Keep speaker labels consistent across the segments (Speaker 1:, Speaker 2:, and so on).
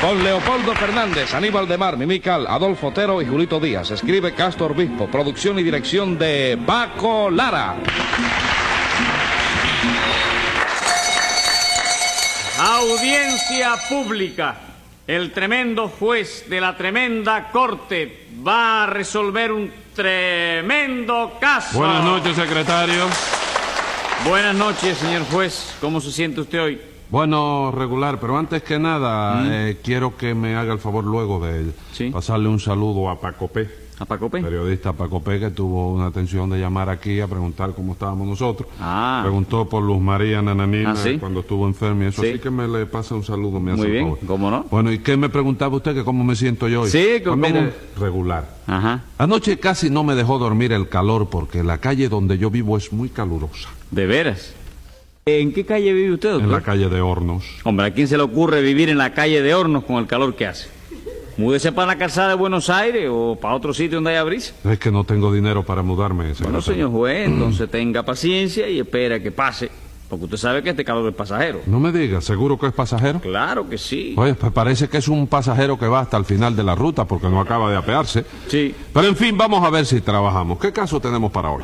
Speaker 1: Con Leopoldo Fernández, Aníbal de Mar, Mimical, Adolfo Otero y Julito Díaz. Escribe Castro Obispo. Producción y dirección de Paco Lara.
Speaker 2: Audiencia pública. El tremendo juez de la tremenda corte va a resolver un tremendo caso.
Speaker 3: Buenas noches, secretario.
Speaker 2: Buenas noches, señor juez. ¿Cómo se siente usted hoy?
Speaker 3: Bueno, regular, pero antes que nada, eh, quiero que me haga el favor luego de
Speaker 2: Sí.
Speaker 3: pasarle un saludo a Paco P.
Speaker 2: ¿A Paco P?
Speaker 3: Periodista Paco P, que tuvo una atención de llamar aquí a preguntar cómo estábamos nosotros.
Speaker 2: Ah.
Speaker 3: Preguntó por Luz María Nananina
Speaker 2: Ah, ¿sí?
Speaker 3: cuando estuvo enferma y eso.
Speaker 2: Sí.
Speaker 3: Así que me le pasa un saludo, me
Speaker 2: Muy
Speaker 3: hace el
Speaker 2: bien,
Speaker 3: favor.
Speaker 2: ¿cómo no?
Speaker 3: Bueno, ¿y qué me preguntaba usted? que ¿Cómo me siento yo hoy?
Speaker 2: Sí,
Speaker 3: Pues
Speaker 2: ¿cómo-
Speaker 3: mire, regular.
Speaker 2: Ajá.
Speaker 3: Anoche casi no me dejó dormir el calor porque la calle donde yo vivo es muy calurosa.
Speaker 2: ¿De veras? ¿En qué calle vive usted, doctor?
Speaker 3: En la calle de Hornos.
Speaker 2: Hombre, ¿a quién se le ocurre vivir en la calle de Hornos con el calor que hace? Múdese para la calzada de Buenos Aires o para otro sitio donde haya brisa.
Speaker 3: Es que no tengo dinero para mudarme,
Speaker 2: Bueno,
Speaker 3: secretario.
Speaker 2: señor juez,
Speaker 3: Mm.
Speaker 2: entonces tenga paciencia y espera que pase. Porque usted sabe que este calor es pasajero.
Speaker 3: No me diga, ¿seguro que es pasajero?
Speaker 2: Claro que sí.
Speaker 3: Oye, pues parece que es un pasajero que va hasta el final de la ruta porque no acaba de apearse.
Speaker 2: Sí.
Speaker 3: Pero en fin, vamos a ver si trabajamos. ¿Qué caso tenemos para hoy?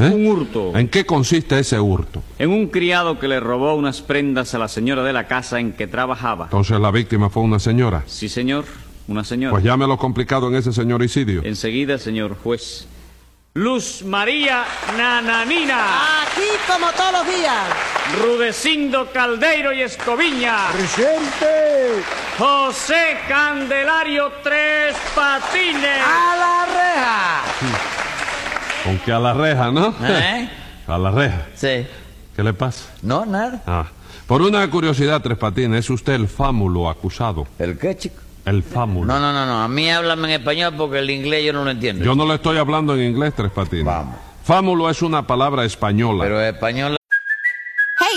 Speaker 3: ¿Eh?
Speaker 2: Un hurto.
Speaker 3: ¿En qué consiste ese hurto?
Speaker 2: En un criado que le robó unas prendas a la señora de la casa en que trabajaba.
Speaker 3: Entonces la víctima fue una señora.
Speaker 2: Sí, señor. Una señora.
Speaker 3: Pues llámelo complicado en ese señoricidio.
Speaker 4: Eh.
Speaker 2: Enseguida, señor juez. Luz María Nananina.
Speaker 5: Aquí como todos los días.
Speaker 2: Rudecindo Caldeiro y Escoviña. Presente. José Candelario Tres Patines.
Speaker 3: Con que a la reja, ¿no?
Speaker 4: ¿Eh?
Speaker 3: A la reja.
Speaker 4: Sí.
Speaker 3: ¿Qué le pasa?
Speaker 4: No, nada.
Speaker 3: Ah. Por una curiosidad, Tres Patines, ¿es usted el fámulo acusado?
Speaker 4: ¿El qué, chico?
Speaker 3: El fámulo.
Speaker 4: No, no, no, no. A mí háblame en español porque el inglés yo no lo entiendo.
Speaker 3: Yo no le estoy hablando en inglés, Tres Patines.
Speaker 4: Vamos.
Speaker 3: Fámulo es una palabra española.
Speaker 4: Pero español
Speaker 6: Hey,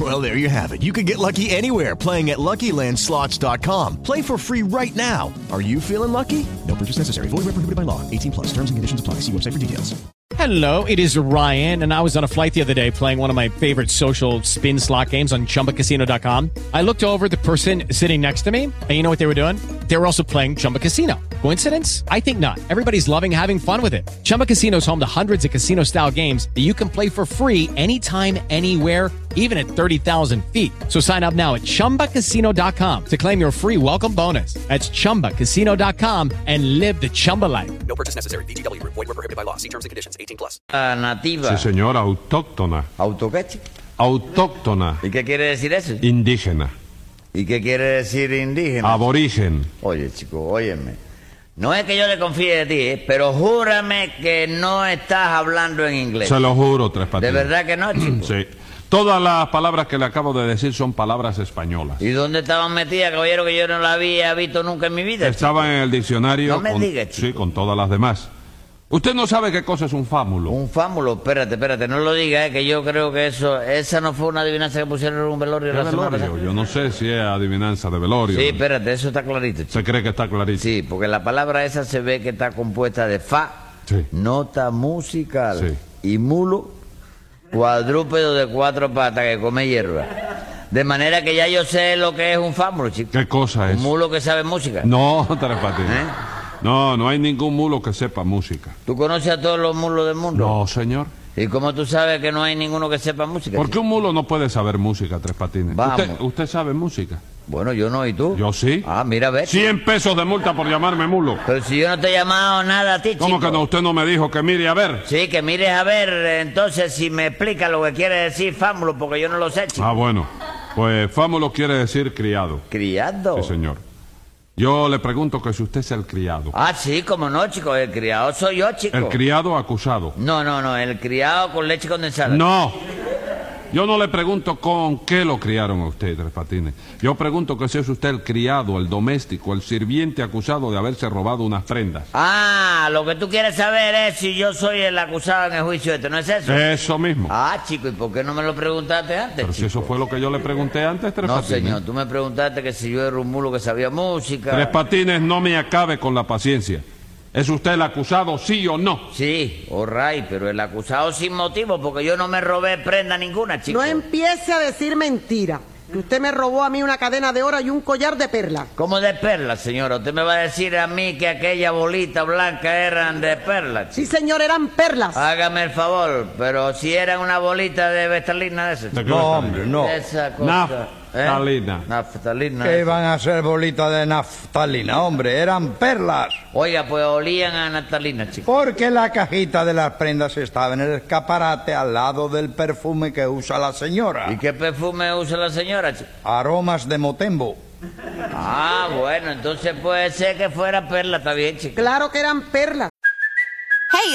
Speaker 7: Well, there you have it. You can get lucky anywhere playing at LuckyLandSlots.com. Play for free right now. Are you feeling lucky? No purchase necessary. Void where prohibited by law. 18 plus. Terms and conditions apply. See website for details.
Speaker 8: Hello, it is Ryan, and I was on a flight the other day playing one of my favorite social spin slot games on chumbacasino.com. I looked over at the person sitting next to me, and you know what they were doing? They were also playing Chumba Casino. Coincidence? I think not. Everybody's loving having fun with it. Chumba Casino is home to hundreds of casino style games that you can play for free anytime, anywhere, even at 30,000 feet. So sign up now at chumbacasino.com to claim your free welcome bonus. That's chumbacasino.com and live the Chumba life.
Speaker 9: No purchase necessary. BGW. Void were prohibited by law. See terms and conditions. 18 plus.
Speaker 4: ah, nativa.
Speaker 3: Sí, señora, autóctona.
Speaker 4: ¿Auto qué, chico?
Speaker 3: Autóctona,
Speaker 4: ¿Y qué quiere decir eso?
Speaker 3: indígena.
Speaker 10: ¿Y qué quiere decir
Speaker 3: Ah,
Speaker 10: indígena?
Speaker 3: Aborigen.
Speaker 10: Oye, chico, óyeme.
Speaker 4: No es que yo le confíe de ti, ¿eh? pero júrame que no estás hablando en inglés.
Speaker 3: Se lo juro, Tres
Speaker 4: ¿De
Speaker 3: Patines.
Speaker 4: verdad que no, chico?
Speaker 3: Sí. Todas las palabras que le acabo de decir son palabras españolas.
Speaker 4: ¿Y dónde estaban metidas, caballero, que yo no la había visto nunca en mi vida? chico?
Speaker 3: Estaban en el diccionario.
Speaker 4: No me
Speaker 3: con,
Speaker 4: digas,
Speaker 3: Sí, con todas las demás. Usted no sabe qué cosa es un fámulo.
Speaker 4: Un fámulo, espérate, espérate, no lo digas, eh, que yo creo que eso, esa no fue una adivinanza que pusieron en un velorio
Speaker 3: ¿Qué
Speaker 4: la semana
Speaker 3: velorio?
Speaker 4: pasada.
Speaker 3: Yo no sé si es adivinanza de velorio.
Speaker 4: Sí, espérate, eso está clarito. chico.
Speaker 3: Se cree que está clarito.
Speaker 4: Sí, porque la palabra esa se ve que está compuesta de fa, nota musical y mulo, cuadrúpedo de cuatro patas que come hierba. De manera que ya yo sé lo que es un fámulo, chico.
Speaker 3: ¿Qué cosa es?
Speaker 4: Un mulo ¿Eh? que sabe música.
Speaker 3: No, Tres Patines. No, no hay ningún mulo que sepa música.
Speaker 4: ¿Tú conoces a todos los mulos del mundo?
Speaker 3: No, señor.
Speaker 4: ¿Y cómo tú sabes que no hay ninguno que sepa música?
Speaker 3: ¿Por
Speaker 4: chico?
Speaker 3: qué un mulo no puede saber música, Tres Patines?
Speaker 4: Vamos.
Speaker 3: Usted, usted sabe música.
Speaker 4: Bueno, yo no, ¿y tú?
Speaker 3: Yo sí.
Speaker 4: Ah, mira, a ver.
Speaker 3: 100 pesos de multa por llamarme mulo.
Speaker 4: Pero si yo no te he llamado nada a ti,
Speaker 3: ¿Cómo
Speaker 4: chico.
Speaker 3: que no? Usted no me dijo que mire, a ver.
Speaker 4: Sí, que mires a ver, entonces, si me explica lo que quiere decir fámulo, porque yo no lo sé, chico.
Speaker 3: Ah, bueno. Pues fámulo quiere decir criado.
Speaker 4: ¿Criado?
Speaker 3: Sí, señor. Yo le pregunto que si usted es el criado.
Speaker 4: Ah, sí, como no, chico. El criado soy yo, chico.
Speaker 3: El criado acusado.
Speaker 4: No, no, no. El criado con leche condensada.
Speaker 3: No. Yo no le pregunto con qué lo criaron a usted, Tres Patines. Yo pregunto que si es usted el criado, el doméstico, el sirviente acusado de haberse robado unas prendas.
Speaker 4: Ah, lo que tú quieres saber es si yo soy el acusado en el juicio este, ¿no es eso?
Speaker 3: Eso mismo.
Speaker 4: Ah, chico, ¿y por qué no me lo preguntaste
Speaker 3: Eh.
Speaker 4: antes,
Speaker 3: Pero si
Speaker 4: chico?
Speaker 3: eso fue lo que yo le pregunté antes, Tres
Speaker 4: no,
Speaker 3: Patines.
Speaker 4: señor, tú me preguntaste que si yo era un mulo que sabía música.
Speaker 3: Tres Patines no me acabe con la paciencia. ¿Es usted el acusado, sí o no?
Speaker 4: Sí, Orray, pero el acusado sin motivo, porque yo no me robé prenda ninguna, chico.
Speaker 11: No empiece a decir mentira. Que usted me robó a mí una cadena de oro y un collar de perla.
Speaker 4: ¿Cómo de perlas, señora? ¿Usted me va a decir a mí que aquella bolita blanca eran de perlas?
Speaker 11: Sí, señor, eran perlas.
Speaker 4: Hágame el favor, pero si eran una bolita de vestalina de esas.
Speaker 3: ¿De qué No, hombre, vestalina? no.
Speaker 4: De esa cosa.
Speaker 12: Naftalina.
Speaker 4: ¿Eh? Naftalina.
Speaker 12: ¿Qué iban a ser bolitas de naftalina, hombre? Eran perlas.
Speaker 4: Oiga, pues olían a naftalina, chico.
Speaker 12: Porque la cajita de las prendas estaba en el escaparate al lado del perfume que usa la señora.
Speaker 11: Oh.
Speaker 4: ¿Y qué perfume usa la señora, chico?
Speaker 12: Aromas de motembo.
Speaker 4: Ah, bueno, entonces puede ser que fuera perla, está bien, chico.
Speaker 6: Claro que eran perlas. Hey,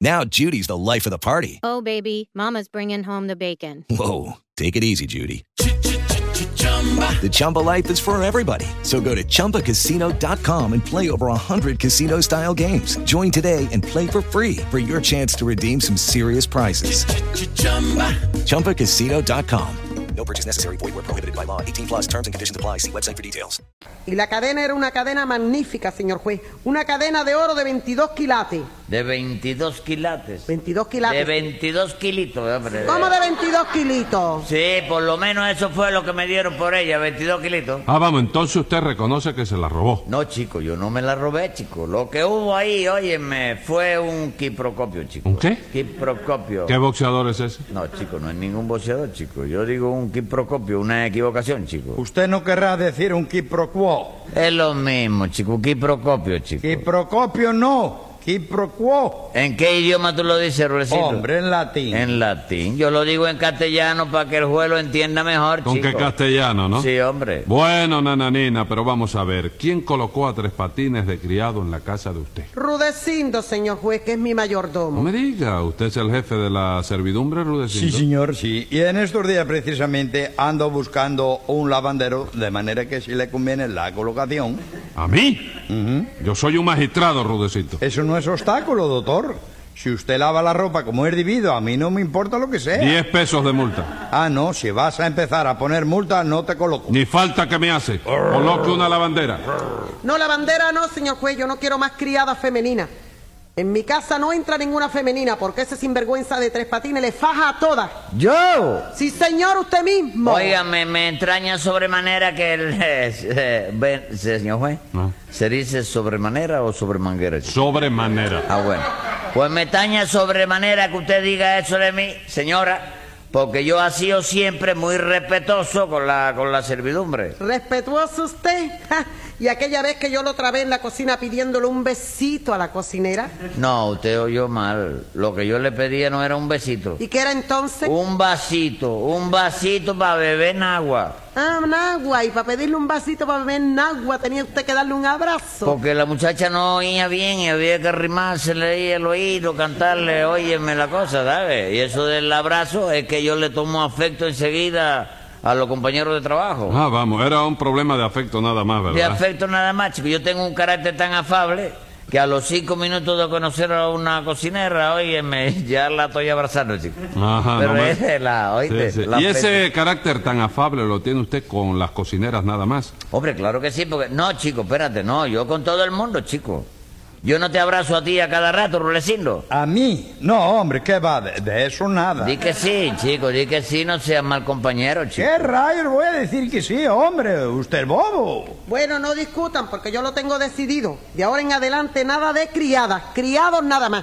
Speaker 13: Now Judy's the life of the party.
Speaker 14: Oh, baby, Mama's bringing home the bacon.
Speaker 13: Whoa, take it easy, Judy. The Chumba life is for everybody. So go to ChumbaCasino.com and play over 100 casino-style games. Join today and play for free for your chance to redeem some serious prizes. ChumbaCasino.com.
Speaker 9: No purchase necessary. Void were prohibited by law. 18 plus terms and conditions apply. See website for details.
Speaker 11: Y la cadena era una cadena magnífica, señor juez. Una cadena de oro de 22 quilates.
Speaker 4: De 22 quilates.
Speaker 11: 22
Speaker 4: De
Speaker 11: quilates.
Speaker 4: 22 kilitos, hombre.
Speaker 11: ¿Cómo de 22 kilitos?
Speaker 4: Sí, por lo menos eso fue lo que me dieron por ella, 22 kilitos.
Speaker 3: Ah, vamos, entonces usted reconoce que se la robó.
Speaker 4: No, chico, yo no me la robé, chico. Lo que hubo ahí, óyeme, fue un quiprocopio, chico. ¿Un
Speaker 3: qué?
Speaker 4: Quiprocopio.
Speaker 3: ¿Qué boxeador es ese?
Speaker 4: No, chico, no es ningún boxeador, chico. Yo digo un quiprocopio, una equivocación, chico.
Speaker 12: Usted no querrá decir un quiproquo.
Speaker 4: Es lo mismo, chico, un quiprocopio, chico.
Speaker 12: Quiprocopio no. Reciproquo.
Speaker 4: ¿En qué idioma tú lo dices, Rulecito?
Speaker 12: Hombre, en latín.
Speaker 4: En latín. Yo lo digo en castellano para que el juez lo entienda mejor,
Speaker 3: Con
Speaker 4: chico.
Speaker 3: que castellano, ¿no?
Speaker 4: Sí, hombre.
Speaker 3: Bueno, nananina, pero vamos a ver. ¿Quién colocó a Tres Patines de criado en la casa de usted?
Speaker 11: Rudecindo, señor juez, que es mi
Speaker 3: No
Speaker 11: mayordomo.
Speaker 3: me diga, usted es el jefe de la servidumbre,
Speaker 12: Sí,
Speaker 3: Rudecindo.
Speaker 12: señor, sí. Y en estos días precisamente ando buscando un lavandero, de manera que si le conviene la colocación.
Speaker 3: ¿A mí? Yo soy un magistrado, Rudecito.
Speaker 12: Eso no es obstáculo, doctor. Si usted lava la ropa como es debido, a mí no me importa lo que sea.
Speaker 3: Diez pesos de multa.
Speaker 12: Ah, no, si vas a empezar a poner multa, no te coloco.
Speaker 3: Ni falta que me hace. Coloque una lavandera.
Speaker 11: No, la bandera no, señor juez, yo no quiero más criadas femeninas. En mi casa no entra ninguna femenina porque ese sinvergüenza de tres patines le faja a todas.
Speaker 4: ¡Yo!
Speaker 11: Sí, señor, usted mismo.
Speaker 4: Óigame, me entraña sobremanera que el... eh, eh, ven, señor juez, ¿se dice sobremanera o sobremanguera?
Speaker 3: Sobremanera.
Speaker 4: Ah, bueno. Pues me entraña sobremanera que usted diga eso de mí, señora, porque yo ha sido siempre muy respetuoso con la, con la servidumbre.
Speaker 11: Respetuoso usted. ja, Y aquella vez que yo lo trabé en la cocina pidiéndole un besito a la cocinera.
Speaker 4: No, usted oyó mal. Lo que yo le pedía no era un besito.
Speaker 11: ¿Y qué era entonces?
Speaker 4: Un vasito, un vasito para beber en agua.
Speaker 11: Ah, un agua. Y para pedirle un vasito para beber en agua tenía usted que darle un abrazo.
Speaker 4: Porque la muchacha no oía bien y había que arrimársele ahí el oído, cantarle, óyeme la cosa, ¿sabes? Y eso del abrazo es que yo le tomo afecto enseguida a los compañeros de trabajo.
Speaker 3: Ah, vamos, era un problema de afecto nada más,
Speaker 4: De
Speaker 3: ¿verdad?
Speaker 4: afecto nada más, chico. Yo tengo un carácter tan afable que a los cinco minutos de conocer a una cocinera, óyeme, ya la estoy abrazando, chico.
Speaker 3: Ajá,
Speaker 4: Pero
Speaker 3: no me-
Speaker 4: esa es la, oíste,
Speaker 3: Ah, Sí, sí.
Speaker 4: la
Speaker 3: Y
Speaker 4: afecto.
Speaker 3: ese carácter tan afable lo tiene usted con las cocineras nada más.
Speaker 4: Hombre, claro que sí, porque... No, chico, espérate, no, yo con todo el mundo, chico. Yo no te abrazo a ti a cada rato, Rulecindo.
Speaker 12: ¿A mí? No, hombre, ¿qué va? De, de eso nada.
Speaker 4: Di que sí, chico, di que sí, no seas mal compañero, chico.
Speaker 12: ¿Qué rayos voy a decir que sí, hombre? Usted es bobo.
Speaker 11: Bueno, no discutan porque yo lo tengo decidido. De ahora en adelante nada de criadas, criados nada más.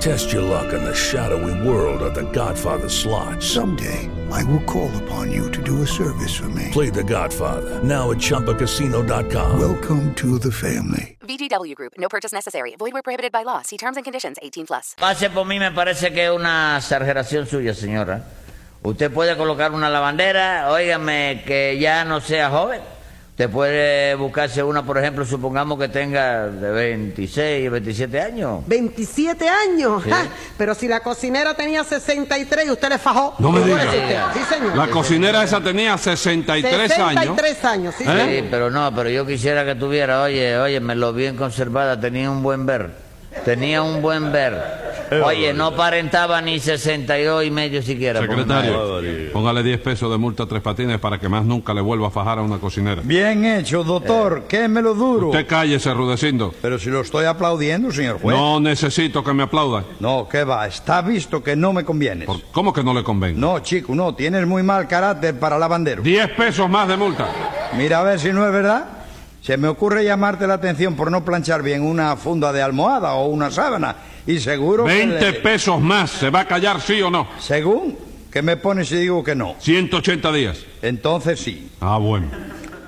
Speaker 15: Test your luck in the shadowy world of The Godfather slot. Someday,
Speaker 16: I will call upon you to do a service for me.
Speaker 15: Play The Godfather now at ChumbaCasino.com.
Speaker 16: Welcome to the family.
Speaker 17: VGW Group. No purchase necessary. Void where prohibited by law. See terms and conditions. 18 plus.
Speaker 4: Pase por mí, me parece que es una exageración suya, señora. Usted puede colocar una lavandera, óigame, que ya no sea joven. Usted puede buscarse una, por ejemplo, supongamos que tenga de 26, 27 años.
Speaker 11: 27 años.
Speaker 4: Sí.
Speaker 11: ja, Pero si la cocinera tenía 63 y usted le fajó.
Speaker 3: No me
Speaker 11: ¿cómo
Speaker 3: diga.
Speaker 11: es usted? Sí, señor.
Speaker 3: La cocinera esa tenía 63 años. ¿Eh?
Speaker 11: 63 años, sí,
Speaker 4: Sí, pero no, pero yo quisiera que tuviera, oye, oye, me lo bien conservada, tenía un buen ver. Tenía un buen ver. Oye, no parentaba ni 62 y medio siquiera. por nada.
Speaker 3: Secretario, póngale 10 pesos de multa a Tres Patines para que más nunca le vuelva a fajar a una cocinera.
Speaker 12: Bien hecho,
Speaker 4: Eh.
Speaker 12: doctor. Quémelo duro.
Speaker 3: Usted cállese, Rudecindo.
Speaker 12: Pero si lo estoy aplaudiendo, señor
Speaker 4: Pues.
Speaker 12: juez.
Speaker 3: No necesito que me aplaudan.
Speaker 12: No, ¿qué va? Está visto que no me convienes.
Speaker 3: ¿Cómo que no le convengo?
Speaker 12: No, chico, no. Tienes muy mal carácter para lavandero.
Speaker 3: Diez pesos más de multa.
Speaker 12: Mira a ver si no es verdad. Se me ocurre llamarte la atención por no planchar bien una funda de almohada o una sábana. Y seguro que
Speaker 3: 20
Speaker 12: le-
Speaker 3: pesos más. ¿Se va a callar sí o no?
Speaker 12: Según que me pones y digo que no.
Speaker 3: 180 días.
Speaker 12: Entonces sí.
Speaker 3: Ah, bueno.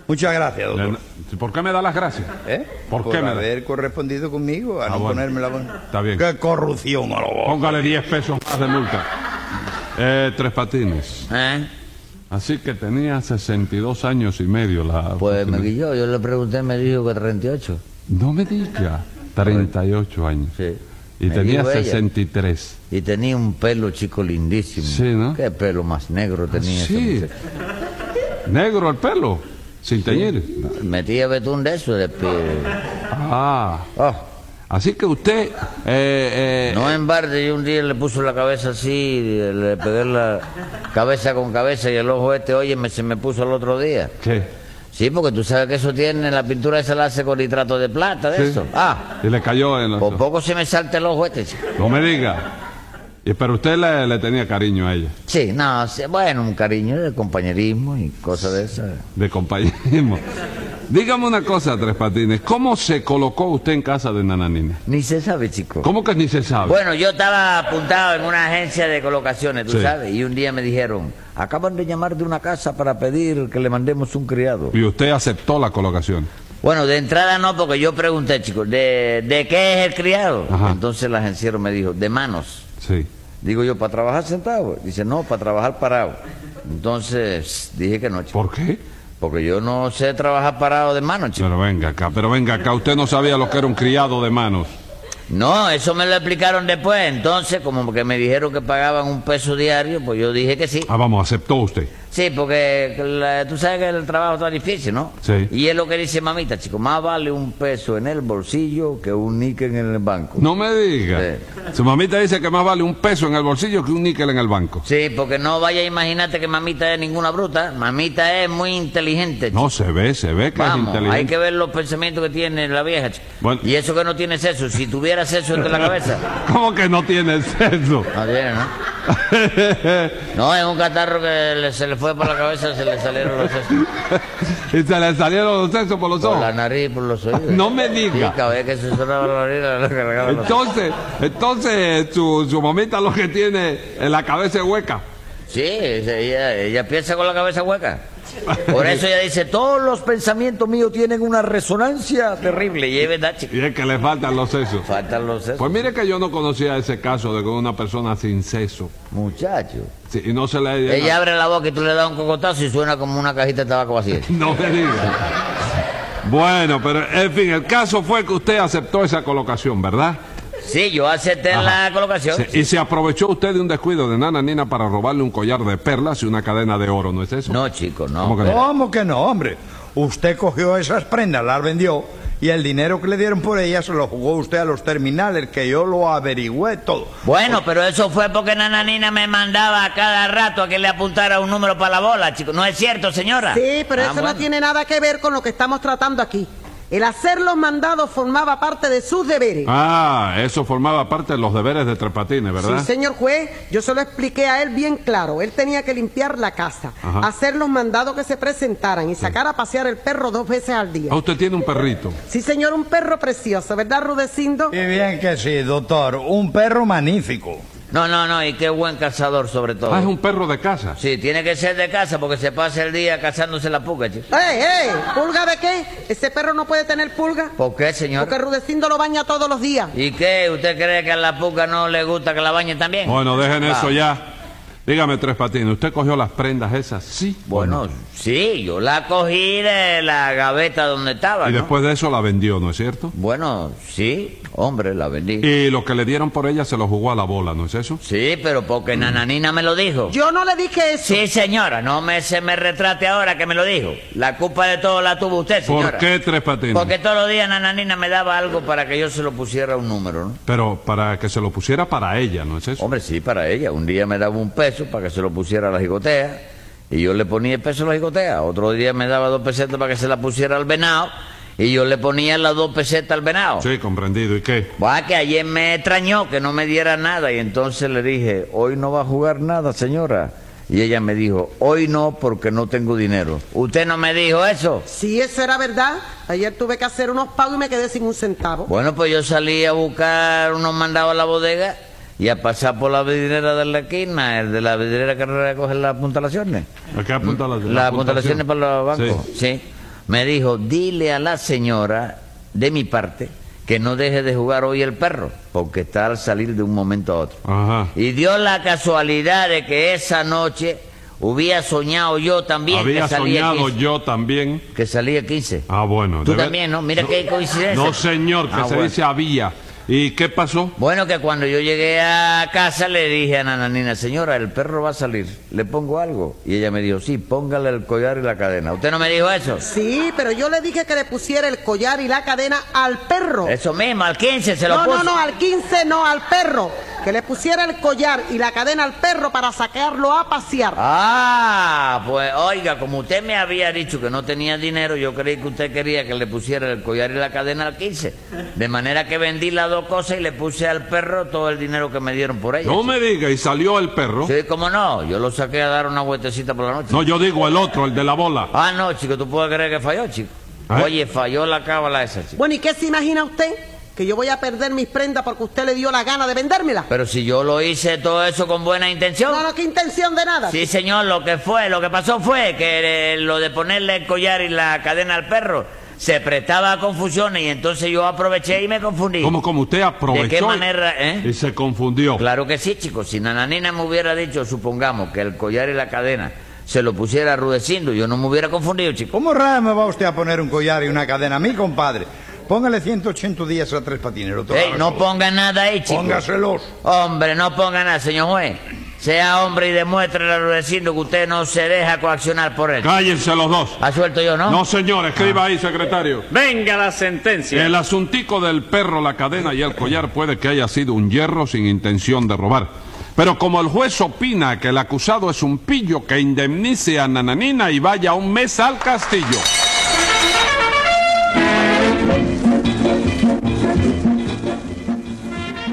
Speaker 12: Muchas gracias, doctor.
Speaker 3: Le- ¿Por qué me da las gracias?
Speaker 12: ¿Eh?
Speaker 3: ¿Por qué me da? Ah,
Speaker 12: haber correspondido conmigo a no
Speaker 3: bueno.
Speaker 12: ponerme la buena.
Speaker 3: Está bien.
Speaker 12: ¡Qué corrupción a lo bobo!
Speaker 3: Póngale 10 pesos más de multa. Eh, Tres Patines.
Speaker 4: ¿Eh?
Speaker 3: Así que tenía 62 años y medio la...
Speaker 4: Pues me guilló, yo le pregunté, me dijo que 38.
Speaker 3: No me diga. 38 años. Y
Speaker 4: Me
Speaker 3: tenía
Speaker 4: dijo ella.
Speaker 3: 63.
Speaker 4: Y tenía un pelo chico lindísimo.
Speaker 3: Sí, ¿no? Ah,
Speaker 4: Qué pelo más negro tenía. ese
Speaker 3: sí.
Speaker 4: muchacho.
Speaker 3: Negro el pelo. sin teñir.
Speaker 4: Metía betún de eso, de
Speaker 3: Ah. Así que usted. eh, eh,
Speaker 4: No en barde, yo un día le puso la cabeza así, le pegué la cabeza con cabeza y el ojo este, oye, me- se me puso el otro día.
Speaker 3: ¿Qué?
Speaker 4: Sí, porque tú sabes que eso tiene, la pintura esa la hace con nitrato de plata, de
Speaker 3: Sí.
Speaker 4: eso. Ah,
Speaker 3: Y le cayó en los.
Speaker 4: por poco se me salta el ojo este. chico.
Speaker 3: No me diga. Y- Pero usted le, le tenía cariño a ella,
Speaker 4: Sí, no, sí, bueno, un cariño de compañerismo y cosas de esas.
Speaker 3: de compañerismo. Dígame una cosa, Tres Patines. ¿Cómo se colocó usted en casa de Nananina?
Speaker 4: Ni se sabe, chico.
Speaker 3: ¿Cómo que ni se sabe?
Speaker 4: Bueno, yo estaba apuntado en una agencia de colocaciones, tú
Speaker 3: Sí.
Speaker 4: sabes, y un día me dijeron, acaban de llamar de una casa para pedir que le mandemos un criado.
Speaker 3: Y usted aceptó la colocación.
Speaker 4: Bueno, de entrada no, porque yo pregunté, chicos, ¿de, de qué es el criado? Entonces el agenciero me dijo, de manos.
Speaker 3: Sí.
Speaker 4: Digo yo, ¿para trabajar sentado? Dice, no, para trabajar parado. Entonces dije que no, chico.
Speaker 3: ¿Por qué?
Speaker 4: Porque yo no sé trabajar parado de manos, chico.
Speaker 3: Pero venga acá, pero venga acá. Usted no sabía lo que era un criado de manos.
Speaker 4: No, eso me lo explicaron después. Entonces, como que me dijeron que pagaban un peso diario, pues yo dije que sí.
Speaker 3: Ah, vamos, aceptó usted.
Speaker 4: Sí, porque la- tú sabes que el trabajo está difícil, ¿no?
Speaker 3: Sí.
Speaker 4: Y es lo que dice mamita, chico, más vale un peso en el bolsillo que un níquel en el banco.
Speaker 3: No me diga. Su mamita dice que más vale un peso en el bolsillo que un níquel en el banco.
Speaker 4: Sí, porque no vaya a imaginarte que mamita es ninguna bruta, mamita es muy inteligente.
Speaker 3: No, se ve, se ve que es
Speaker 4: Vamos,
Speaker 3: inteligente.
Speaker 4: hay que ver los pensamientos que tiene la vieja. chico.
Speaker 3: Bueno.
Speaker 4: Y eso que no tiene sexo, si tuviera sexo en la cabeza.
Speaker 3: ¿Cómo que no tiene sexo?
Speaker 4: No tiene, ¿no? No, es un catarro que le- se le fue por la cabeza, se le salieron los sesos.
Speaker 3: y se le salieron los sexos por los
Speaker 4: Por
Speaker 3: ojos.
Speaker 4: la nariz, por los oídos.
Speaker 3: No me diga.
Speaker 4: Sí, cada vez que se sonaba la nariz, la- la- la- la- la-
Speaker 3: Entonces, entonces su, su mamita lo que tiene en la cabeza es hueca.
Speaker 4: Sí, ella, ella piensa con la cabeza hueca. Por eso ella dice, todos los pensamientos míos tienen una resonancia terrible. Y es verdad, chico.
Speaker 3: Y es que le faltan los sesos.
Speaker 4: Faltan los sesos.
Speaker 3: Pues mire que yo no conocía ese caso de que una persona sin seso.
Speaker 4: Muchacho.
Speaker 3: Sí, y no se le haya-
Speaker 4: Ella abre la boca y tú le das un cocotazo y suena como una cajita de tabaco vacía.
Speaker 3: No me diga. Bueno, pero en fin, el caso fue que usted aceptó esa colocación, ¿verdad?
Speaker 4: Sí, yo acepté
Speaker 3: Ajá.
Speaker 4: la colocación.
Speaker 3: Se- y se aprovechó usted de un descuido de Nana Nina para robarle un collar de perlas y una cadena de oro, ¿no es eso?
Speaker 4: No, chico, no.
Speaker 3: ¿Cómo que no?
Speaker 12: ¿Cómo que no, hombre? Usted cogió esas prendas, las vendió y el dinero que le dieron por ellas se lo jugó usted a los terminales, que yo lo averigüé todo.
Speaker 4: Bueno, pero eso fue porque Nananina me mandaba a cada rato a que le apuntara un número para la bola, chico. ¿No es cierto, señora?
Speaker 11: Sí, pero
Speaker 4: Ah,
Speaker 11: eso
Speaker 4: bueno.
Speaker 11: no tiene nada que ver con lo que estamos tratando aquí. El hacer los mandados formaba parte de sus deberes.
Speaker 3: Ah, eso formaba parte de los deberes de Trepatines, ¿verdad?
Speaker 11: Sí, señor juez, yo se lo expliqué a él bien claro. Él tenía que limpiar la casa,
Speaker 3: Ajá.
Speaker 11: hacer los mandados que se presentaran y sacar a pasear el perro dos veces al día.
Speaker 3: Ah, usted tiene un perrito.
Speaker 11: Sí, señor, un perro precioso, ¿verdad, Rudecindo?
Speaker 12: Y bien que sí, doctor, un perro magnífico.
Speaker 4: No, no, no, y qué buen cazador sobre todo.
Speaker 3: Ah, es un perro de casa.
Speaker 4: Sí, tiene que ser de casa porque se pasa el día cazándose la puca, chico.
Speaker 11: ¡Ey, ey! ¿Pulga de qué? Ese perro no puede tener pulga.
Speaker 4: ¿Por qué, señor?
Speaker 11: Porque Rudecindo lo baña todos los días.
Speaker 4: ¿Y qué? ¿Usted cree que a la puca no le gusta que la bañen también? Ah,
Speaker 3: Bueno, dejen
Speaker 4: Va.
Speaker 3: eso ya. Dígame, Tres Patines, ¿usted cogió las prendas esas? Sí.
Speaker 4: Bueno, sí, yo la cogí de la gaveta donde estaba.
Speaker 3: Y
Speaker 4: ¿no?
Speaker 3: después de eso la vendió, ¿no es cierto?
Speaker 4: Bueno, sí, hombre, la vendí.
Speaker 3: Y lo que le dieron por ella se lo jugó a la bola, ¿no es eso?
Speaker 4: Sí, pero porque Nananina me lo dijo.
Speaker 11: Yo no le dije eso.
Speaker 4: Sí, señora, no me se me retrate ahora que me lo dijo. La culpa de todo la tuvo usted, señora.
Speaker 3: ¿Por qué Tres Patines?
Speaker 4: Porque todos los días Nananina me daba algo para que yo se lo pusiera un número, ¿no?
Speaker 3: Pero para que se lo pusiera para ella, ¿no es eso?
Speaker 4: Hombre, sí, para ella. Un día me daba un peso para que se lo pusiera a la jigotea y yo le ponía el peso a la jigotea. Otro día me daba dos pesetas para que se la pusiera al venado y yo le ponía las dos pesetas al venado.
Speaker 3: Sí, comprendido. ¿Y qué?
Speaker 4: Va, que ayer me extrañó que no me diera nada y entonces le dije, hoy no va a jugar nada, señora. Y ella me dijo, hoy no porque no tengo dinero. ¿Usted no me dijo eso?
Speaker 11: Sí, eso era verdad. Ayer tuve que hacer unos pagos y me quedé sin un centavo.
Speaker 4: Bueno, pues yo salí a buscar unos mandados a la bodega y a pasar por la vidriera de la esquina, el de la vidriera que recoge las apuntalaciones.
Speaker 3: ¿A qué apunta la,
Speaker 4: Las apuntalaciones para los bancos.
Speaker 3: Sí.
Speaker 4: Sí. Me dijo, dile a la señora, de mi parte, que no deje de jugar hoy el perro, porque está al salir de un momento a otro.
Speaker 3: Ajá.
Speaker 4: Y dio la casualidad de que esa noche hubiera soñado yo también
Speaker 3: Había
Speaker 4: que salía
Speaker 3: soñado
Speaker 4: 15.
Speaker 3: yo también.
Speaker 4: Que salía 15.
Speaker 3: Ah, bueno.
Speaker 4: Tú
Speaker 3: debe-
Speaker 4: también, ¿no? Mira qué coincidencia.
Speaker 3: No, señor, que
Speaker 4: Ah,
Speaker 3: se
Speaker 4: bueno.
Speaker 3: dice había. ¿Y qué pasó?
Speaker 4: Bueno, que cuando yo llegué a casa le dije a Nananina, señora, el perro va a salir, le pongo algo. Y ella me dijo, sí, póngale el collar y la cadena. ¿Usted no me dijo eso?
Speaker 11: Sí, pero yo le dije que le pusiera el collar y la cadena al perro.
Speaker 4: Eso mismo, al 15 se lo
Speaker 11: no,
Speaker 4: puso.
Speaker 11: no, no, al 15 no, al perro. Que le pusiera el collar y la cadena al perro para sacarlo a pasear.
Speaker 4: Ah, pues oiga, como usted me había dicho que no tenía dinero, yo creí que usted quería que le pusiera el collar y la cadena al 15. De manera que vendí las dos cosas y le puse al perro todo el dinero que me dieron por ella.
Speaker 3: No me diga, y salió el perro.
Speaker 4: Sí, cómo no, yo lo saqué a dar una vueltecita por la noche.
Speaker 3: No, yo digo el otro, el de la bola.
Speaker 4: Ah, no, chico, tú puedes creer que falló, chico.
Speaker 3: ¿Eh?
Speaker 4: Oye, falló la cábala esa, chico.
Speaker 11: Bueno, ¿y qué se imagina usted? Que yo voy a perder mis prendas porque usted le dio la gana de vendérmela.
Speaker 4: Pero si yo lo hice todo eso con buena intención.
Speaker 11: No, no, qué intención de nada.
Speaker 4: Sí, señor, lo que fue, lo que pasó fue que eh, lo de ponerle el collar y la cadena al perro se prestaba a confusiones y entonces yo aproveché y me confundí.
Speaker 3: ¿Cómo, cómo usted aprovechó?
Speaker 4: ¿De qué
Speaker 3: y-
Speaker 4: manera, eh?
Speaker 3: Y se confundió.
Speaker 4: Claro que sí, chicos. Si Nananina me hubiera dicho, supongamos, que el collar y la cadena se lo pusiera a Rudecindo, yo no me hubiera confundido, chicos.
Speaker 12: ¿Cómo rayos me va usted a poner un collar y una cadena a mí, compadre? Póngale 180 días a tres patineros.
Speaker 4: Ey, no ponga nada ahí, chicos.
Speaker 12: Póngaselos.
Speaker 4: Hombre, no ponga nada, señor juez. Sea hombre y demuestre a Rudecindo que usted no se deja coaccionar por él.
Speaker 3: Cállense los dos.
Speaker 4: ¿Ha suelto yo, Ah, no? Ah.
Speaker 3: No, señor, escriba ahí, secretario.
Speaker 2: Venga la sentencia.
Speaker 3: El asuntico del perro, la cadena y el collar puede que haya sido un hierro sin intención de robar. Pero como el juez opina que el acusado es un pillo que indemnice a Nananina y vaya un mes al castillo.